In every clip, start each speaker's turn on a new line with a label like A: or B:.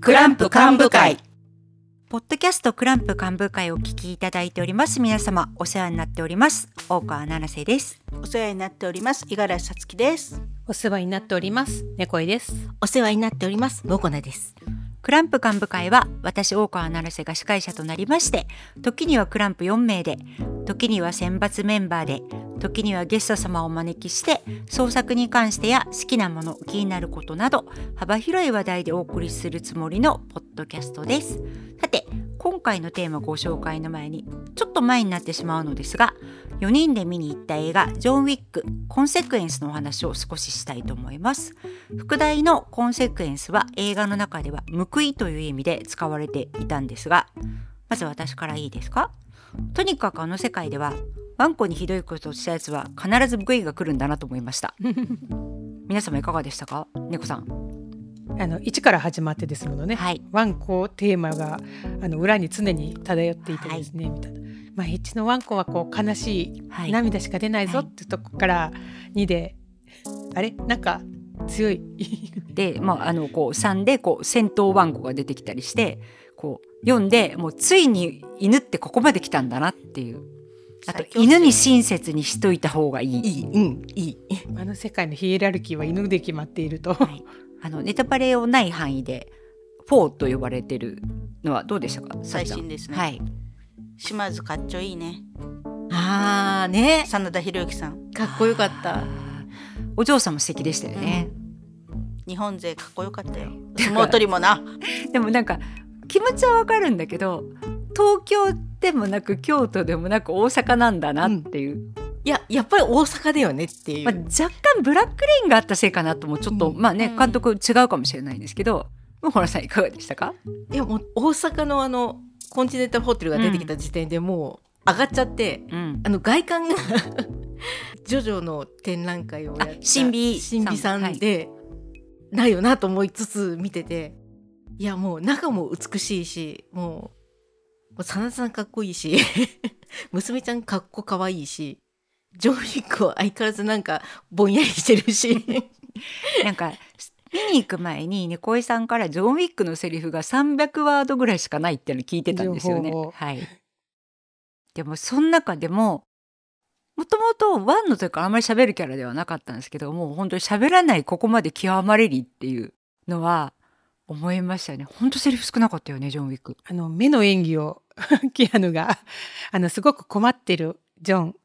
A: クランプ幹部会
B: ポッドキャストクランプ幹部会をお聞きいただいております皆様お世話になっております大川七瀬です
A: お世話になっております五十嵐さつきです
C: お世話になっております猫井です
D: お世話になっておりますもこなです
B: クランプ幹部会は私大川七瀬が司会者となりまして時にはクランプ4名で時には選抜メンバーで時にはゲスト様をお招きして創作に関してや好きなもの気になることなど幅広い話題でお送りするつもりのポッドキャストですさて今回のテーマご紹介の前にちょっと前になってしまうのですが4人で見に行った映画「ジョン・ウィックコンセクエンス」のお話を少ししたいと思います副題の「コンセクエンス」は映画の中では「報い」という意味で使われていたんですがまず私からいいですかとにかくあの世界ではワンコにひどいことをしたやつは必ず報いが来るんだなと思いました 皆様いかがでしたか猫さん
C: あの一から始まってですものね、
B: はい
C: ワンコテーマがあの裏に常に漂っていてですね、みたいなまあ一のワンコはこう悲し
B: はいい
C: 涙しか出ないぞ
B: はい
C: ってとこから2で、あれなんか強い
B: で、まあ、あのこう3でこう戦闘ワンコが出てきたりしてこう読んでもうついに犬ってここまで来たんだなっていうあと
A: 最強
B: 犬に親切にしといた方がいい。
D: いいうんいい
C: あの世界のヒエラルキーは犬で決まっていると
B: はい あのネタバレをない範囲でフォーと呼ばれてるのはどうでしたか
A: 最
B: さっちゃん
A: 新ですね、
B: はい
A: 島津かっちょいいね
D: あーね
A: 真田広之さん
D: かっこよかった
B: お嬢さんも素敵でしたよね、
A: 日本勢かっこよかったよ相撲取りもな
B: でもなんか気持ちはわかるんだけど東京でもなく京都でもなく大阪なんだなっていう、
D: いややっぱり大阪だよねっていう、
B: まあ、若干ブラックレインがあったせいかなともちょっと、
D: うん
B: まあね
A: うん
B: 監督違うかもしれないんですけどもうほらさんいかがでしたか
D: いやもう大阪のあのコンチネンタルホテルが出てきた時点でもう上がっちゃって、
B: うん
D: あの外観が ジョジョの展覧会をやった
B: あ新美さん
D: 新美さんで、ないよなと思いつつ見てていやもう中も美しいしもうもう真田さんかっこいいし 娘ちゃんかっこかわいいしジョン・ウィックは相変わらずなんかぼんやりしてるし
B: なんか見に行く前に猫井さんからジョン・ウィックのセリフが300ワードぐらいしかないっていうのを聞いてたんですよね
C: 情報。
B: はい、でもその中でももともとワンの時からあんまり喋るキャラではなかったんですけどもう本当に喋らないここまで極まれりっていうのは思いましたね。本当セリフ少なかったよねジョン・ウィック。
C: あの目の演技を キアヌがあのすごく困ってるジョン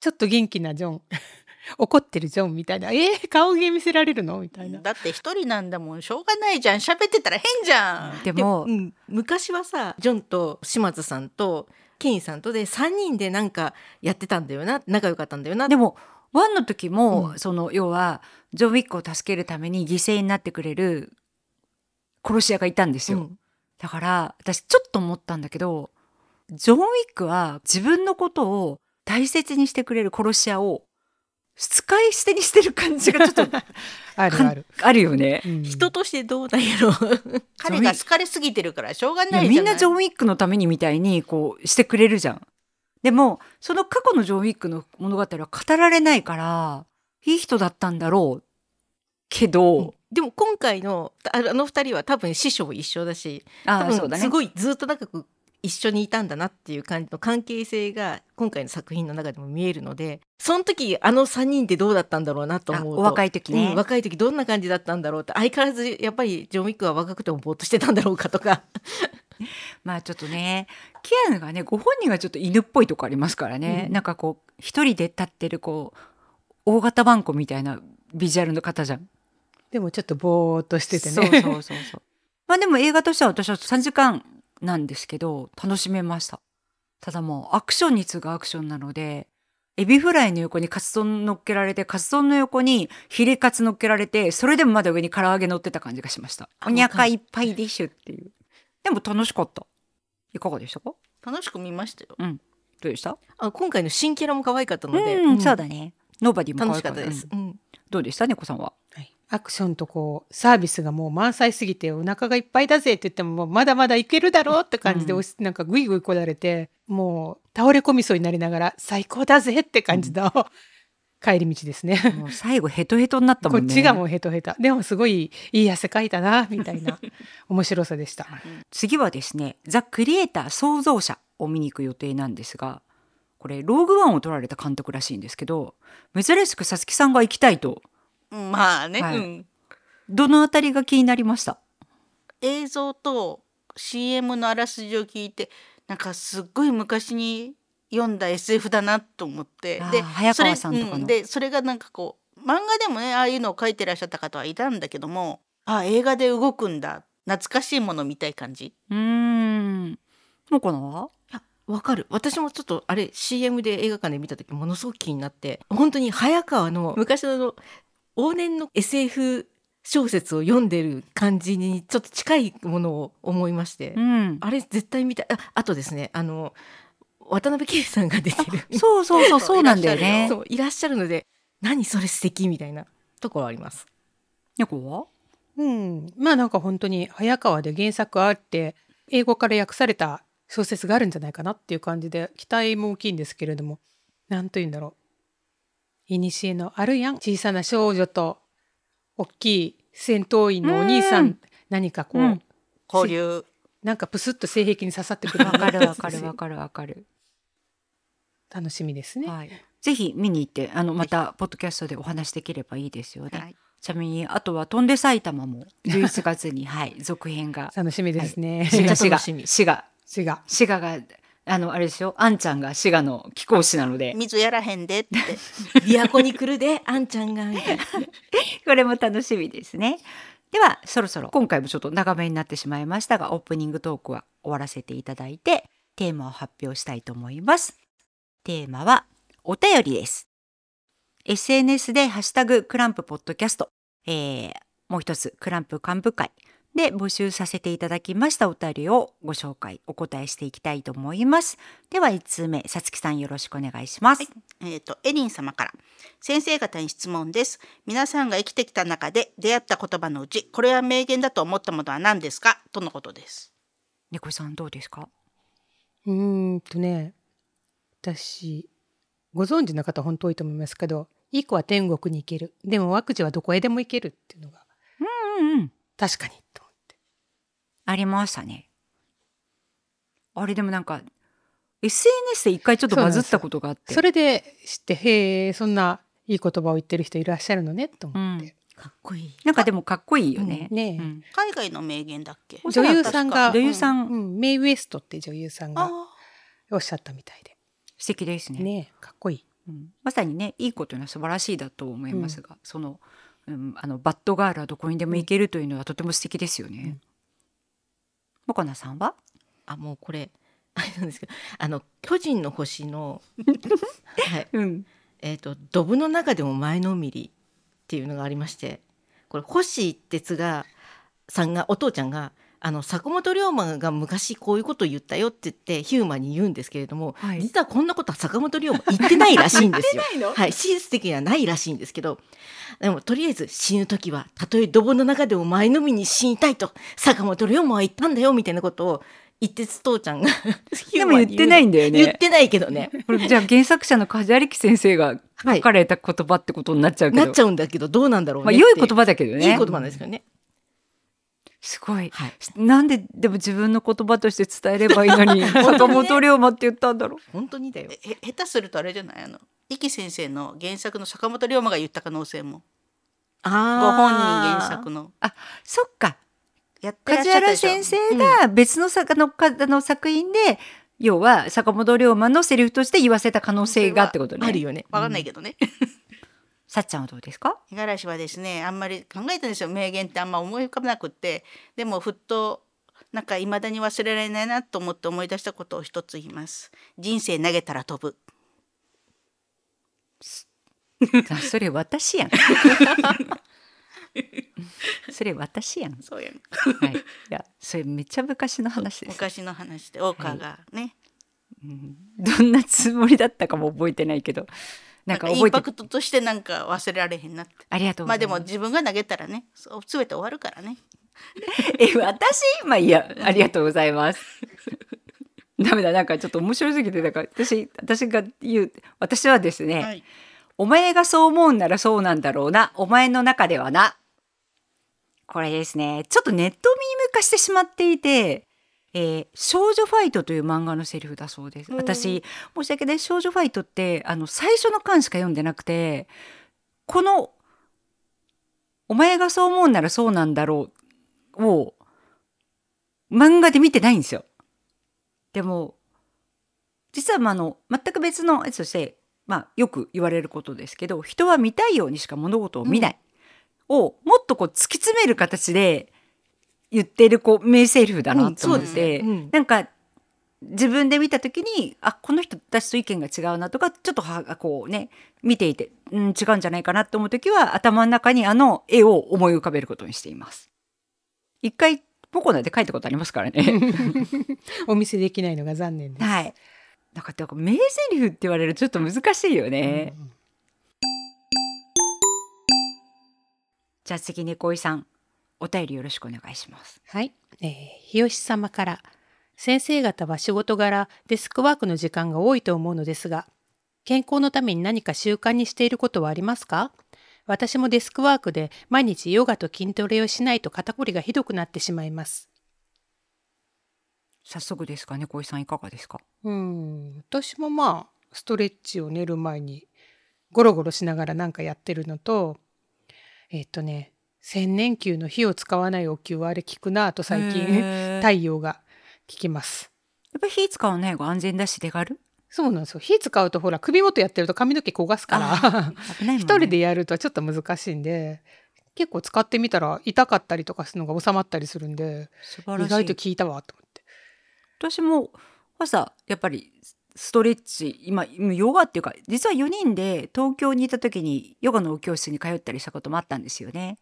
C: ちょっと元気なジョン 怒ってるジョンみたいなえー、顔芸見せられるのみたいな
A: だって一人なんだもんしょうがないじゃん喋ってたら変じゃん
B: で
D: で
B: も
D: うん昔はさジョンと島津さんとケインさんとで3人でなんかやってたんだよな仲良かったんだよな
B: でもワンの時も、
D: うん
B: その要はジョン・ウィックを助けるために犠牲になってくれる殺し屋がいたんですよ、
D: うん
B: だから私ちょっと思ったんだけどジョン・ウィックは自分のことを大切にしてくれる殺し屋を使い捨てにしてる感じがちょっと
C: あるある、
B: あるよね。
C: うん
D: 人としてどうだやろう
A: 彼が好かれすぎてるからしょうが
B: いや
A: ない
B: み
A: じゃ
B: ん
A: ない
B: なジョン・ウィックのためにみたいにこうしてくれるじゃん。でもその過去のジョン・ウィックの物語は語られないからいい人だったんだろうけど、
D: でも今回のああの二人は多分師匠一緒だし
B: あ
D: 多
B: あそうだね
D: 分す。ごいずっと仲良く一緒にいたんだなっていう感じの関係性が今回の作品の中でも見えるのでその時あの3人ってどうだったんだろうなと
B: あ
D: 思うと
B: お若い時ね、
D: うん若い時どんな感じだったんだろうって相変わらずやっぱりジョン・ウィックは若くてもぼーっとしてたんだろうかとか
B: まあちょっとねキアヌがねご本人がちょっと犬っぽいとこありますからね、
D: うん
B: なんかこう一人で立ってるこう大型バンコみたいなビジュアルの方じゃん。
C: でもちょっとぼーっとしててね
B: そうそうそうそう。まあでも映画としては私は3時間なんですけど楽しめました。ただもうアクションに次ぐアクションなのでエビフライの横にカツ丼乗っけられてカツ丼の横にヒレカツ乗っけられてそれでもまだ上に唐揚げ乗ってた感じがしました。
D: あ
B: おにゃかいっぱいでしゅっていう。でも楽しかった。いかがでしたかど
A: 楽しく見ましたよ
B: うでした
D: あ今回の新キャラも可愛かったので、
B: うん、
D: うん
B: そうだね。ノーバディも可
D: 楽
B: 愛
D: しかったです
B: う、ん
D: うん
B: どうでした猫さんは。
C: はいアクションとこうサービスがもう満載すぎてお腹がいっぱいだぜって言ってももうまだまだいけるだろうって感じで
B: うん
C: 押し、なんかグイグイこだれてもう倒れ込みそうになりながら最高だぜって感じの、 帰り道ですね。
B: もう最後ヘトヘトになった
C: こ
B: も
C: っ
B: んね
C: ちがもうヘトヘタ。でもすごいいい汗かいたな、みたい な面白さでした。
B: 次はですね「ザ・クリエイター創造者」を見に行く予定なんですがこれローグワンを撮られた監督らしいんですけど珍しくさつきさんが行きたいと
A: まあね、
B: はい
A: うん
B: どのあたりが気になりました
A: 映像と CM のあらすじを聞いてなんかすっごい昔に読んだ SF だなと思って
B: あー
A: で
B: 早川さんとかの
A: それ,、でそれがなんかこう漫画でもねああいうのを書いてらっしゃった方はいたんだけどもあ映画で動くんだ懐かしいもの見たい感じ
B: うーんもこのは
D: わかる私もちょっとあれ CM で映画館で見た時ものすごく気になって本当に早川の昔のあの往年の SF 小説を読んでる感じにちょっと近いものを思いまして、
B: うん
D: あれ絶対見たいああとですねあの渡辺圭さんが出てる
B: そうそうそうそうなんだよ
A: いらっしゃる
B: ね
D: そういらっしゃるので何それ素敵みたいなところあり ます。
B: 猫は
C: うん。まあなんか本当に早川で原作あって、英語から訳された小説があるんじゃないかなっていう感じで、期待も大きいんですけれども、なんと言うんだろう。古のあるやん。小さな少女と、大きい戦闘員のお兄さ、
B: うんん
C: 何かこう、
B: うん
A: 交流
C: なんかプスッと性癖に刺さってくる
B: わかるわかるわかるわ かる、
C: 楽しみですね。
B: はい、ぜひ見に行ってあのまたポッドキャストでお話できればいいですよね、
A: はい
B: ちなみにあとは「飛んで埼玉」も11月に、はい、続編 が
C: 楽しみですね。
B: 滋賀
D: ち
B: 滋賀
D: ょっと楽しみ
B: 滋賀
C: 違う。
B: 滋賀があのあれですよあんちゃんが滋賀の貴公子なので
A: 水やらへんでって
D: 琵琶湖に来るであんちゃんがみたいな
B: これも楽しみですねではそろそろ今回もちょっと長めになってしまいましたがオープニングトークは終わらせていただいてテーマを発表したいと思いますテーマはお便りです SNS でハッシュタグクランプポッドキャスト、えーもう一つクランプ幹部会で募集させていただきましたお便りをご紹介お答えしていきたいと思いますでは1通目さつきさんよろしくお願いします、
A: えっとエリン様から先生方に質問です皆さんが生きてきた中で出会った言葉のうちこれは名言だと思ったものは何ですかとのことです
B: 猫さんどうですか
C: うーんとね、私、ご存知の方本当多いと思いますけど、いい子は天国に行ける。でも悪女はどこへでも行けるっていうのが、
B: うんうん
C: 確かにと思って。
B: ありましたね。あれでもなんか SNS で一回ちょっとバズったことがあって
C: それで知って、へえ、そんないい言葉を言ってる人いらっしゃるのね、と思って。
D: かっこいい
B: なんかでもかっこいいよね。
C: ねえ、
B: うん
A: 海外の名言だっけ
C: 女優さんが
B: 女優さ
A: ん
B: ん、
C: うんメイ・ウエストって女優さんが
A: あ
C: おっしゃったみたい
B: 素敵です
C: で。
B: ね
C: ねえ、かっこいい。
B: うんまさにねいいこというのは素晴らしいだと思いますが、その、うん、あのバッドガールはどこにでも行けるというのはとても素敵ですよね。もこなさんは
D: あもうこれあれなんですけどあの巨人の星のはい
B: うん
D: えっ、とドブの中でも前のみりっていうのがありましてこれ星哲がさんがお父ちゃんがあの坂本龍馬が昔こういうことを言ったよって言ってヒューマンに言うんですけれども、
B: はい
D: 実はこんなことは坂本龍馬言ってないらしいんですよ。
A: ないの
D: はい、史実的にはないらしいんですけどでもとりあえず死ぬ時はたとえ土棒の中でも前のみに死にたいと坂本龍馬は言ったんだよみたいなことを言って父ちゃんが
B: でも言ってないんだよ
D: 言っ
B: ね。
D: てないけどね
B: これじゃあ原作者の梶有木先生が
D: はい
B: 書かれた言葉ってことになっちゃうけど、
D: なっちゃうんだけどどうなんだろうね
B: まあ
D: って
B: 良い言葉だけどね。
D: いい言葉なんですけどね
B: すごい。
D: はい
B: なんででも自分の言葉として伝えればいいのに坂本龍馬って言ったんだろう。
D: 本当にだよ
A: へ下手するとあれじゃないあの池先生の原作の坂本龍馬が言った可能性も
D: ご
A: ご本人原作の
B: そっか。
A: やってらっ
B: 梶
A: しゃった
B: 原
A: でしょ
B: 先生が別の作,、のかあの作品で要は坂本龍馬のセリフとして言わせた可能性がってことね。
D: あるよね
A: わかんないけどね、
B: さっちゃんはどうですか？
A: 五十嵐はですねあんまり考えたんですよ名言ってあんま思い浮かばなくってでもふっとなんか未だに忘れられないなと思って思い出したことを一つ言います人生投げたら飛ぶ
B: あそれ私やん。それ私やん。
A: そうやん
B: はい。いやそれめっちゃ昔の話です。
A: 昔の話で大川がね、
B: うんどんなつもりだったかも覚えてないけど、なんか
A: なん
B: 覚
A: かイ
B: え
A: ン
B: て
A: パクトとしてなんか忘れられへんなって
B: ありがとうご
A: ま
B: ざ
A: あ
B: いま。
A: ですも自分が投げたらねそう全て終わるからね
B: え私まあいいやありがとうございます。ダメだなんかちょっと面白すぎてだから私私が言う私はですね、
A: はい
B: お前がそう思うんならそうなんだろうな。お前の中ではな。これですね。ちょっとネットミーム化してしまっていて、えー少女ファイトという漫画のセリフだそうです。
A: うん
B: 私、申し訳ない。少女ファイトって、あの、最初の巻しか読んでなくて、この、お前がそう思うんならそうなんだろうを、漫画で見てないんですよ。でも、実はまああの全く別のやつとして、まあ、よく言われることですけど人は見たいようにしか物事を見ない、をもっとこう突き詰める形で言ってるこう名セリフだなと思っ
A: うんそう
B: て、
A: で
D: うん
B: なんか自分で見た時にあこの人たちと意見が違うなとかちょっとはこうね見ていて、うん、違うんじゃないかなと思う時は頭の中にあの絵を思い浮かべることにしています。一回ポコナで書いたことありますからね。
C: お見せできないのが残念です。
B: はい。なんかだから名台詞って言われるとちょっと難しいよね。
C: うん
B: じゃあ次猫井さんお便りよろしくお願いします。
C: はい、えー、日吉様から先生方は仕事柄デスクワークの時間が多いと思うのですが健康のために何か習慣にしていることはありますか私もデスクワークで毎日ヨガと筋トレをしないと肩こりがひどくなってしまいます
B: 早速ですが猫井さんいかがですか。
C: うん私もまあストレッチを寝る前にゴロゴロしながらなんかやってるのとえっとね千年球の火を使わないお灸はあれ効くなぁと最近
B: へー
C: 太陽が効きます
B: やっぱり火使わない方が安全だし手軽。
C: そうなんですよ火使うとほら首元やってると髪の毛焦がすか
B: あ
C: ら
B: 危ないもんね
C: 一人でやるとちょっと難しいんで結構使ってみたら痛かったりとかするのが収まったりするんで
B: 素晴らしい
C: 意外と効いたわと思って
B: 私も朝やっぱりストレッチ今ヨガっていうか実は4人で東京にいた時にヨガの教室に通ったりしたこともあったんですよね。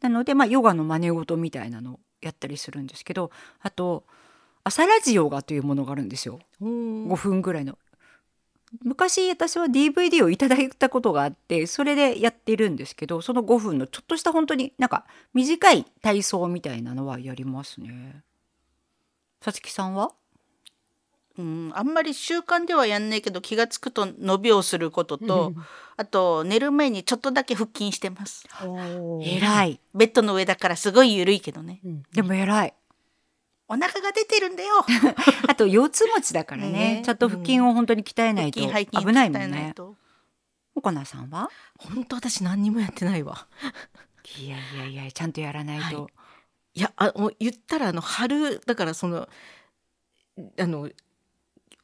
B: なので、まあ、ヨガの真似事みたいなのをやったりするんですけどあと朝ラジオガというものがあるんですよ
D: うん
B: 5分ぐらいの。昔私は DVD をいただいたことがあってそれでやってるんですけどその5分のちょっとした本当になんか短い体操みたいなのはやりますね。さつきさんは
A: うん、あんまり習慣ではやんないけど気がつくと伸びをすることと、あと寝る前にちょっとだけ腹筋してます
C: え
B: 偉い。
A: ベッドの上だからすごい緩いけどね
B: でも偉い。
A: お腹が出てるんだよ
B: あと腰痛持ちだからね。
A: ね
B: ちゃんと腹筋を本当に鍛えな
A: 腹
B: い
A: 筋
B: と
A: 背筋
B: 危ないも
A: 鍛え
B: んね。
A: と
B: 岡菜さんは？
D: 本当私何にもやってないわ
B: いやいやいや、ちゃんとやらないと。
D: いやあもう言ったらあの春だからそのあの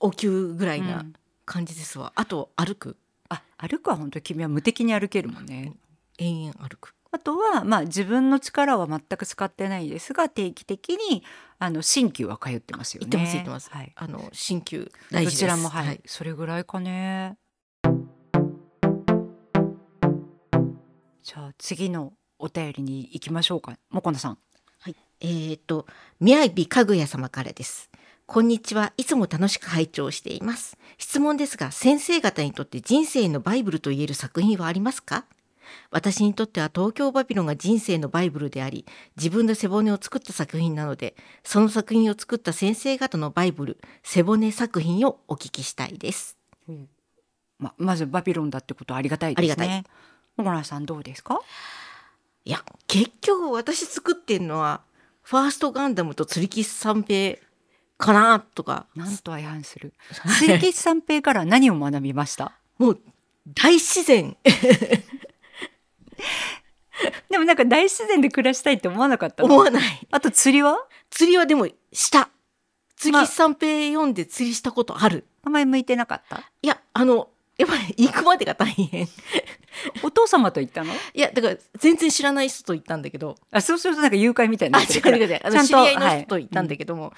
D: お灸ぐらいな
B: うん
D: 感じですわ、あと歩く
B: あ、歩くは本当君は無敵に歩けるもんね。
D: 延々歩く
B: あとはまあ自分の力は全く使ってないですが定期的にあの鍼灸は通ってますよね。
D: 行ってます行ってます
B: はい。
D: あの鍼灸大事
B: ど
D: です
B: ちらもはい、それぐらいかね。じゃあ次のお便りに行きましょうか。もこなさん。
D: えー、と、宮城かぐや様からです。こんにちは。いつも楽しく拝聴しています。質問ですが、先生方にとって人生のバイブルと言える作品はありますか私にとっては東京バビロンが人生のバイブルであり、自分の背骨を作った作品なので、その作品を作った先生方のバイブル、背骨作品をお聞きしたいです。
B: ままずバビロンだってことはありがたいです
D: ありが
B: ね。モコナさんどうですか？
D: いや、結局私作ってんのは、ファーストガンダムと釣り木三平かなとか、
B: なんと相反する。水吉三平から何を学びました？
D: もう大自然。
B: でもなんか大自然で暮らしたいって思わなかったの
D: 思わない
B: あと釣りは？
D: 釣りはでもした釣
B: まあ
D: り三平読んで釣りしたことある
B: あんまり向いてなかった。
D: いやあのやっぱり行くまでが大変い
B: お父様と行ったの？
D: やだから全然知らない人と行ったんだけど
B: あそうするとなんか誘拐みたいに
D: あ
B: なって
D: 違
B: るから。
D: う違う違うあ
B: ちゃ
D: の
B: ん
D: 知
B: と
D: り合いの
B: は
D: 人と行ったんだけども、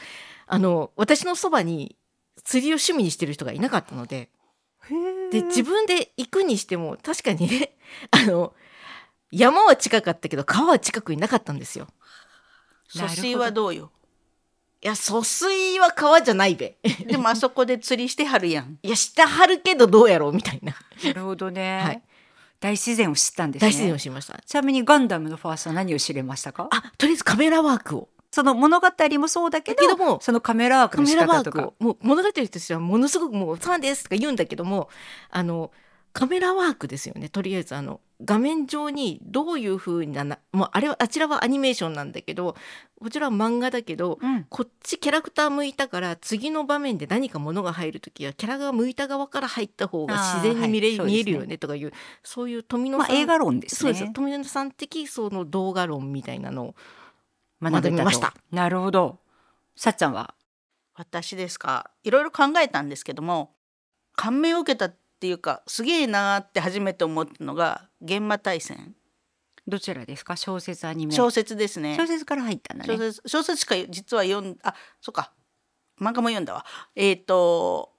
D: あの私のそばに釣りを趣味にしてる人がいなかったのでで自分で行くにしても確かにね あの山は近かったけど川は近くになかったんですよ
B: なるほど
A: 疎水はどうよ
D: いや疎水は川じゃないべ
A: でもあそこで釣りしてはるやん
D: いや下張るけどどうやろうみたいな、
B: なるほどね、
D: はい
B: 大自然を知ったんですね。
D: 大自然をしました
B: ちなみにガンダムのファーストは何を知れましたか？
D: あとりあえずカメラワークを
B: その物語もそうだけど、
D: だけども
B: そのカメラワークの
D: カメ
B: 仕
D: ラワ
B: 方
D: ー
B: と
D: ク
B: か
D: を。もう物語としてはものすごくもう「ファンです」とか言うんだけどもあのカメラワークですよねとりあえずあの画面上にどういう風ななもうあれはあちらはアニメーションなんだけどこちらは漫画だけど
A: うん
D: こっちキャラクター向いたから次の場面で何か物が入る時はキャラが向いた側から入った方が自然に見れ,、
B: あーはい
D: 見え
B: そう
D: るよ
B: です
D: ねとかいうそういう富野
B: ま
D: さん、
B: あ映画論です
D: そう
B: ね。
D: です富野さん的その動画論みたいなのを
B: 学べ
D: 学びました
B: となるほど。さっちゃんは
A: 私ですかいろいろ考えたんですけども感銘を受けたっていうかすげえなーって初めて思ったのが「現場大戦
B: どちらですか？小説アニ」メ。
A: 小
B: 小
A: 説ですね。
B: 説から入ったんだ
A: 小
B: ね。
A: 説小説しか実は読んあそうか漫画も読んだわえっ、と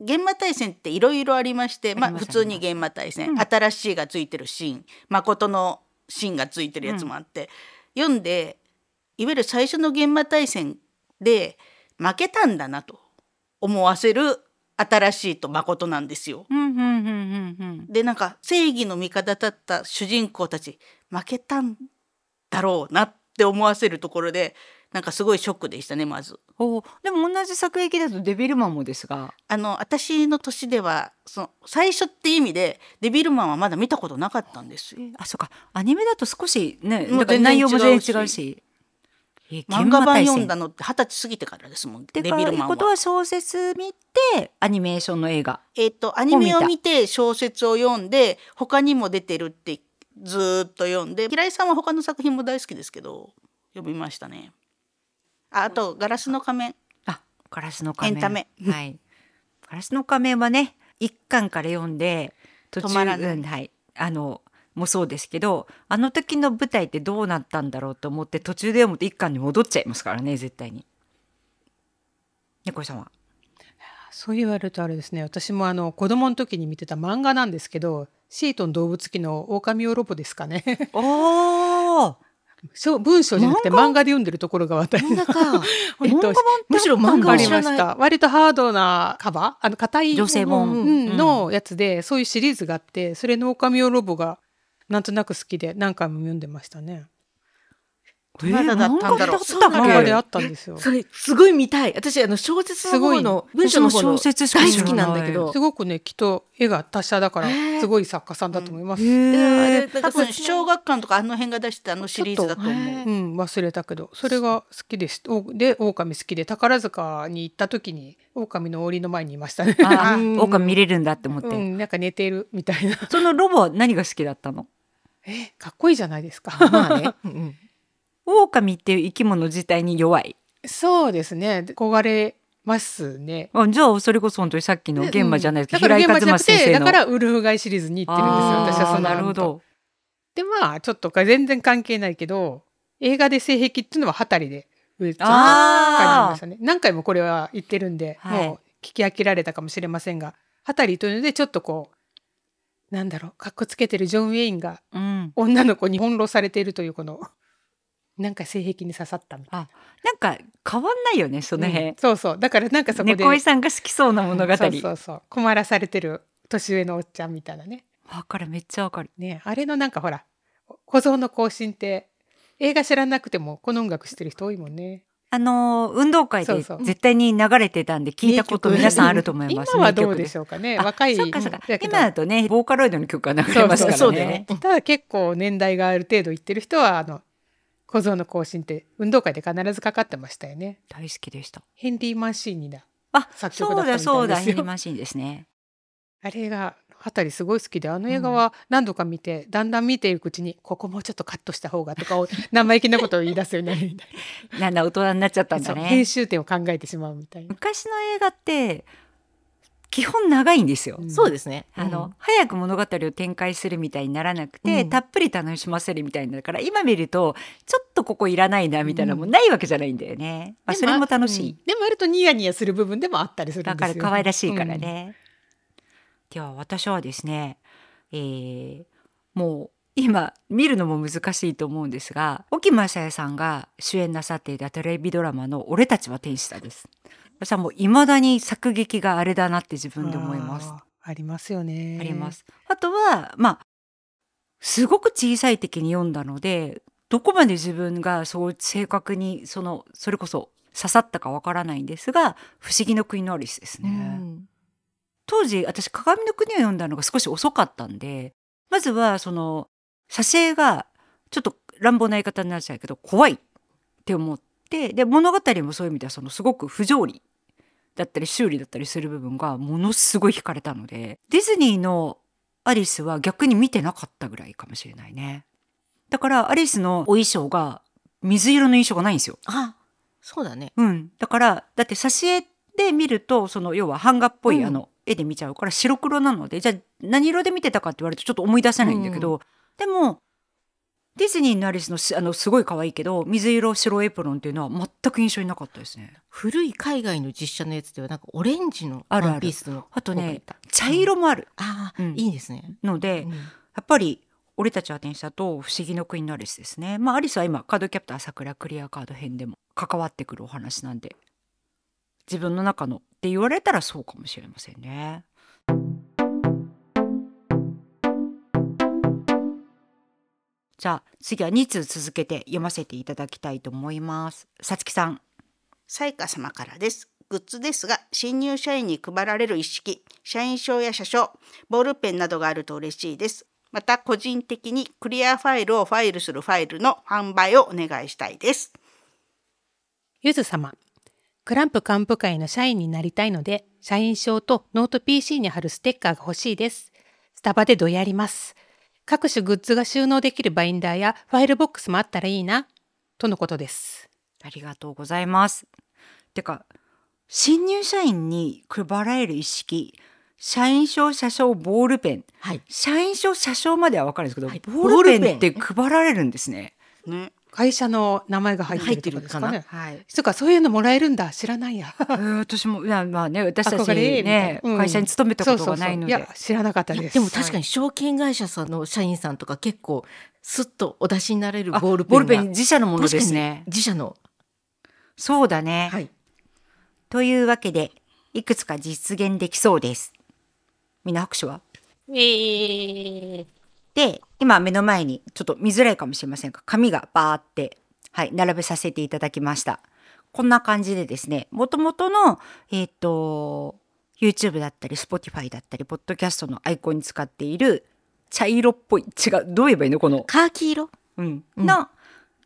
A: 現場対戦っていろいろありましてまあ
B: あります
A: 普通に現場対戦、
B: うん
A: 新しいがついてるシーン誠のシーンがついてるやつもあって、読んでいわゆる最初の現場対戦で負けたんだなと思わせる新しいと誠なんですよ。
B: うんうんうんうんうん。
A: でなんか正義の味方だった主人公たち負けたんだろうなって思わせるところでなんかすごいショックでしたねまず。
B: おーでも同じ作劇だとデビルマンもですが。
A: あの私の年ではその最初って意味でデビルマンはまだ見たことなかったんですよ。
B: あそうかアニメだと少しね
A: も
B: だか
A: う
B: ら
A: 全然
B: 内容も全然違
A: 違
B: う
A: う
B: し。えー
A: 漫画版読ん。
B: 現場大
A: だ
B: 戦
A: のって二十歳過ぎてからですもん
B: って
A: デ
B: か
A: ビルマ
B: いう
A: ン
B: こと
A: は。
B: は小説見てアニメーションの映画。
A: えっ、とアニメを
B: もう見
A: 見て小説を読んで他にも出てるってずーっと読んで平井さんは他の作品も大好きですけど読みましたね。ああと「ガラスの仮面」
B: あ、ガラスの仮面。
A: エンタメ
B: はい。ガラスの仮面はね、一巻から読んで途中
A: 止まらない
B: うんはい。あのもそうですけど、あの時の舞台ってどうなったんだろうと思って途中で読むと一巻に戻っちゃいますからね、絶対に。猫さんは。
C: そう言われるとあれですね私もあの子供の時に見てた漫画なんですけどシートン動物記の狼オロボですかね
B: おお。
C: そう文章じゃなくて漫画で読んでるところが私
D: 漫画 か
C: 本当
B: 漫画版
D: むしろ
B: あったんだ
D: 漫画
C: あ
D: を
C: り
D: 知
C: ま
D: ら
C: し
D: ない
C: た割とハードなカバーあの硬い
B: 女性本
C: うん
B: うん
C: のやつで、そういうシリーズがあってそれの「狼オロボ」がなんとなく好きで何回も読んでましたね
B: え
A: まだだったんだろう
B: 漫画だ
C: 漫
B: った
C: 画
B: っけ
C: であったんですよ
D: それすごい見たい私あの小説の方の文章の方の
B: 私も小説しか
D: 大
B: 知ら
D: 好
B: ない
D: きなんだけど
C: すごくねきっと絵が達者だから
D: へー
C: すごい作家さんだと思います、
D: いやあれ
B: へえ。
D: なん
A: 多
D: か
A: 分
D: そっちの
A: 小学館とかあの辺が出したあのシリーズだと思う。
D: ちょっと
C: うん、忘れたけどそれが好きでしおで狼好きで宝塚に行った時に狼の檻の前にいましたね。
B: あ、
D: うん
B: 狼見れるんだって思って。
C: うん、なんか寝てるみたいな
B: そのロボは何が好きだったの？
C: え かっこいいじゃないですか、
D: まあね、うんうん
B: 狼っていう生き物自体に弱い。
C: そうですね憧れますね
B: あじゃあそれこそ本当にさっきの現場じゃないですか、
C: うん
B: 平井
C: だ
B: 和
C: から現場
B: 正
C: じゃ
B: 先
C: なく
B: 生
C: て
B: の
C: だからウルフガイシリーズに行ってるんですよ
B: あー
C: 私はその
B: なるほど
C: でまあちょっと全然関係ないけど映画で性癖っていうのははたりで植えちゃった感じ
B: あ
C: ましたね。何回もこれは言ってるんで、
B: はい
C: もう聞き飽きられたかもしれませんが、ハタリというのでちょっとこう、なんだろう、かっこつけてるジョン・ウェインが
B: ーうん
C: 女の子に翻弄されているというこの、なんか性癖に刺さったみたい
B: なんか変わんないよねそ
C: な。
B: の辺、
C: うんそうそう。だからなんかそこで、
B: 猫井さんが好きそうな物語わ
C: そうそうそう。困らされてる年上のおっちゃんみたいなね。
B: かるめっちゃわかる
C: ねあれのなんかほら、小僧の行進って、映画知らなくてもこの音楽してる人多いもんね。
B: あのー運動会
C: そ
B: で
C: うそう
B: 絶対に流れてたんで聞いたこと
C: 名曲
B: 皆さんあると思います
C: 今はどうでしょ
B: ょ
C: うかね。
B: あ
C: 若い。
B: そっかそっか
C: だけど
B: 今だとねボーカロイドの曲が流れますからね
A: そうそうそうだよね
C: ただ結構年代がある程度いってる人はあの小僧の行進って運動会で必ずかかってましたよね。
B: 大好きでした
C: ヘンリー・マンシーニだ。
B: あ
C: 作曲
B: そ
C: だったみたい
B: うだ
C: ですよ
B: そうだヘリマシンですね
C: あれがあたりすごい好きであの映画は何度か見て、だんだん見ているうちにここもうちょっとカットした方がとかを生意気なことを言い出すようにな るみたい
B: なんだ大人になっちゃった
C: なん
B: だ
C: そう
B: ね
C: 編集点を考えてしまうみたいな。
B: 昔の映画って基本長いんですよ、
C: うん
D: そうですね
B: あの、
D: うん
B: 早く物語を展開するみたいにならなくて、
C: うん
B: たっぷり楽しませるみたいなだから今見るとちょっとここいらないなみたいな
C: うん
B: もうないわけじゃないんだよね、まあ、そ
C: でも
B: れも楽しい、
C: うんでも割とニヤニヤする部分でもあったりするんです
B: だ
C: よ。
B: から可愛らしいから
C: うん。
B: ね、では私はですね、えーもう今見るのも難しいと思うんですが沖雅也さんが主演なさっていたテレビドラマの「俺たちは天使だ」です。私はもう未だに作劇があれだなって自分で思います。
C: あー。ありますよね。
B: ありま。す。あとはまあすごく小さい時に読んだのでどこまで自分がそう正確にそのそれこそ刺さったかわからないんですが「不思議の国のアリス」ですね。
D: うん
B: 当時私「鏡の国」を読んだのが少し遅かったんでまずはその挿絵がちょっと乱暴な言い方になっちゃうけど怖いって思ってで物語もそういう意味ではそのすごく不条理だったり修理だったりする部分がものすごい惹かれたのでディズニーの「アリス」は逆に見てなかったぐらいかもしれないね。だからアリスのお衣装が水色の衣装がないんですよ。
D: あそうだね
B: うん、だからだって挿絵で見るとその要は版画っぽい、
D: うん
B: あの絵で見ちゃうから白黒なのでじゃあ何色で見てたかって言われるとちょっと思い出せないんだけど、でもディズニーのアリスのしあのすごい可愛いけど水色白エプロンっていうのは全く印象になかったですね。
D: 古い海外の実写のやつではなんかオレンジの
B: あ
D: ワ
B: るある
D: ンピースの
B: あと
D: 方がい
B: ね
D: た
B: 茶色もある
D: ああ、
B: うん
D: いいですね、
B: ので、
D: うん
B: やっぱり俺たちは転写と不思議の国のアリスですね。まあアリスは今カードキャプター桜クリアカード編でも関わってくるお話なんで自分の中のって言われたらそうかもしれませんね。じゃあ次は2通続けて読ませていただきたいと思います。さつきさん。
A: サイカ様からです。グッズですが、新入社員に配られる一式、社員証や社証、ボールペンなどがあると嬉しいです。また個人的にクリアファイルをファイルするファイルの販売をお願いしたいです。
C: ゆず様、クランプ幹部会の社員になりたいので、社員証とノート PC に貼るステッカーが欲しいです。スタバでどやります。各種グッズが収納できるバインダーやファイルボックスもあったらいいな、とのことです。
B: ありがとうございます。てか新入社員に配られる一式社員証社証ボールペン
D: はい
B: 社員証社証までは分かるんですけど、
D: はい
B: ボール
D: ボー
B: ペン
D: ル
B: って
D: ペン
B: 配られるんです ね。
A: ね、
C: 会社の名前が入
D: 入
C: っ
D: っ
C: て
D: て
C: るとかで
D: る
C: す
D: か
C: か
D: な
C: ね。
D: はい
C: そっか、そういうのもらえるんだ。知らないや。
B: えー私もいやまあね私たち
C: 憧れみたい
B: ね
C: なうん
B: 会社に勤めたことがないので
C: そうそうそういや、知らなかった
D: いや
C: です。
D: でも確かに証券会社さんの社員さんとか結構スッとお出しになれる
B: あ
D: ボールペンが
B: 自社のもの
D: 確
B: で
D: か
B: す
D: に
B: ね。
D: 自社の
B: そうだね。
D: はい
B: というわけでいくつか実現できそうです。みんな拍手はで今目の前にちょっと見づらいかもしれませんが紙がバーって、はい、並べさせていただきました。こんな感じでですねもともとの、えっと YouTube だったり Spotify だったりポッドキャストのアイコンに使っている茶色っぽい違うどう言えばいいのこの
D: カーキ色
B: うん、
D: うん
B: の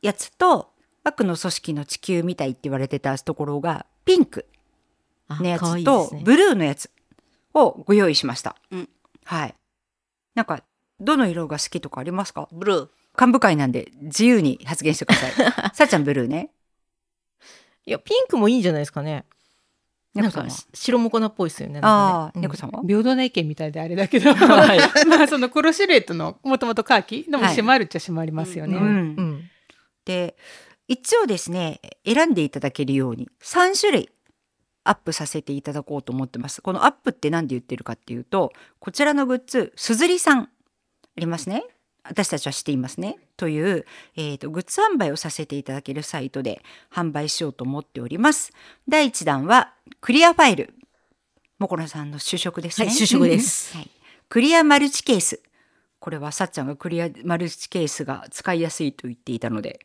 B: やつと悪の組織の地球みたいって言われてたところがピンク
D: あ
B: のや
D: 可愛
B: つ
D: い
B: と
D: ですね
B: ブルーのやつをご用意しました、
A: うん
B: はいなんかどの色が好きとかありますか
A: ブルー。
B: 幹部会なんで自由に発言してください さっちゃんブルーね
D: いやピンクもいいんじゃないですかねな
B: 猫
D: ん
B: さん
D: か
B: は
D: 白もこなっぽいですよね
B: ああ
D: なんかね
B: 猫さんは、
C: 平等な意見みたいであれだけど、 まあその黒シルエットのもともとカーキのも締まるっちゃ締まりますよね。
A: う
B: うん
D: うんうん
B: で一応ですね選んでいただけるように3種類アップさせていただこうと思ってますこのアップって何で言ってるかっていうとこちらのグッズすずりさんありますね私たちは知っていますねという、えーとグッズ販売をさせていただけるサイトで販売しようと思っております第1弾はクリアファイルもこなさんの主食です
D: は
B: ね、
D: い主食です
B: はい、クリアマルチケースこれはさっちゃんがクリアマルチケースが使いやすいと言っていたので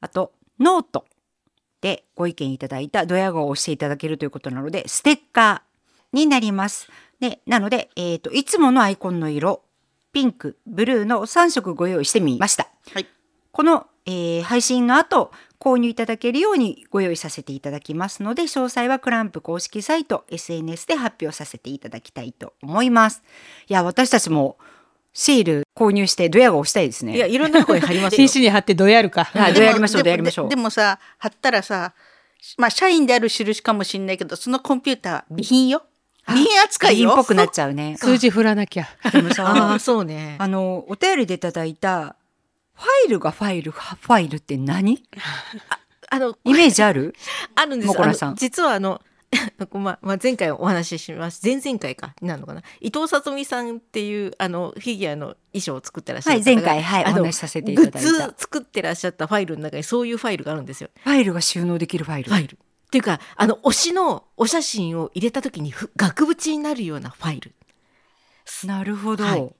B: あとノートでご意見いただいたドヤ顔をしていただけるということなのでステッカーになります。でなので、えー、といつものアイコンの色ピンクブルーの3色ご用意してみました。
A: はい。
B: この、えー配信の後購入いただけるようにご用意させていただきますので詳細はクランプ公式サイト SNS で発表させていただきたいと思います。いや私たちもシール購入してドヤ顔したいですね。
D: いやいろんなとこに貼ります よ
C: 紳士に貼ってどうやるか。
B: はいどうやりましょうどうやりましょう
A: でもでもさ、貼ったらさ、まあ社員である印かもしれないけど、そのコンピューターは備品よ。備品扱い
B: イ
A: よ。
B: ンっぽくなっちゃうね。
C: 数字振らなきゃ。
B: でもさ
D: ああそうね
B: あのお便りでいただいたファイルがファイルファイルって何
D: あの
B: イメージある
D: あるんです
B: もこらさん
D: あの実はあの ままあ、前回お話ししました前々回かになるのかな伊藤さとみさんっていうあのフィギュアの衣装を作ってらっしゃ
B: は
D: る
B: い
D: 方が
B: 前回はいお
D: あの
B: 話しさせてい
D: グ
B: ただ
D: ッ
B: い
D: ズ
B: たフ
D: 作ってらっしゃったファイルの中にそういうファイルがあるんですよ。
B: ァイルが収納できるファイル。
D: ファイルっていうかあの推しのお写真を入れた時にふ額縁になるようなファイル。
B: なるほど。
D: はい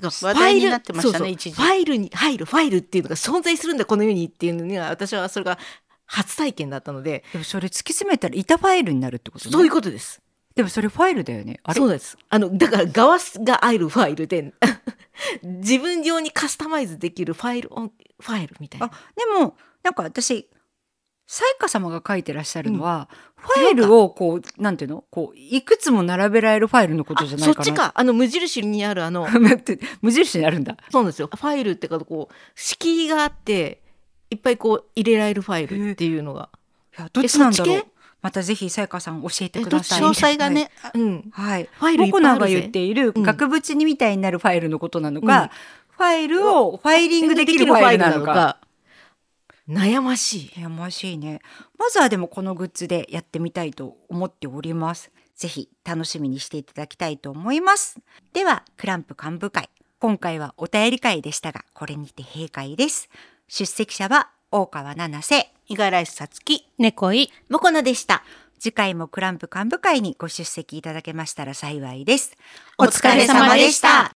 A: だ
D: フ
A: から話
D: ァ
A: 題
D: イ
A: に
D: ル
A: なってました
D: そう
A: ね、
D: そ
A: 一
D: う
A: 時。
D: ファイルに入るファイルっていうのが存在するんだこの世にっていうのには私はそれが初体験だったので
B: でもそれ突き詰めたら板ファイルになるってことね。
D: そういうことです。
B: でもそれファイルだよねあれ
D: そうですあのだから側があるファイルで 自分用にカスタマイズできるファイルオンファイルみたい
B: あ
D: な
B: でもなんか私彩花様が書いてらっしゃるのは、ファイルをこうなんていうのこういくつも並べられるファイルのことじゃない
D: そ
B: か
D: っ
B: な
D: ちかあの無印にあるあ の
B: 待 って無印にあるんだ
D: そうなんですよファイルってかこう敷居があっていっぱいこう入れられるファイルっていうのが、
B: いやどっちなんだろ
D: えそっ
B: う
D: ち系
B: またぜひさやかさん教えて
A: えっ
B: く
A: と
B: だ
A: 詳
B: さい、
A: 細がね、あ
D: うん
B: はい
D: ファイルいっ
B: 僕
D: ぱい
B: ナ
D: あ
B: が
D: る
B: 言っ
D: ぜ
B: ている
D: うん
B: 額縁にみたいになるファイルのことなの
D: うん
B: か、ファイルをファイリングできるファイルなのか
D: 悩ましい
B: やましいねまずはでもこのグッズでやってみたいと思っておりますぜひ楽しみにしていただきたいと思いますではクランプ幹部会今回はお便り会でしたがこれにて閉会です出席者は大川七瀬
A: 五十嵐さつき
C: 猫い。
D: 向こうのでした
B: 次回もクランプ幹部会にご出席いただけましたら幸いです
A: お疲れ様でした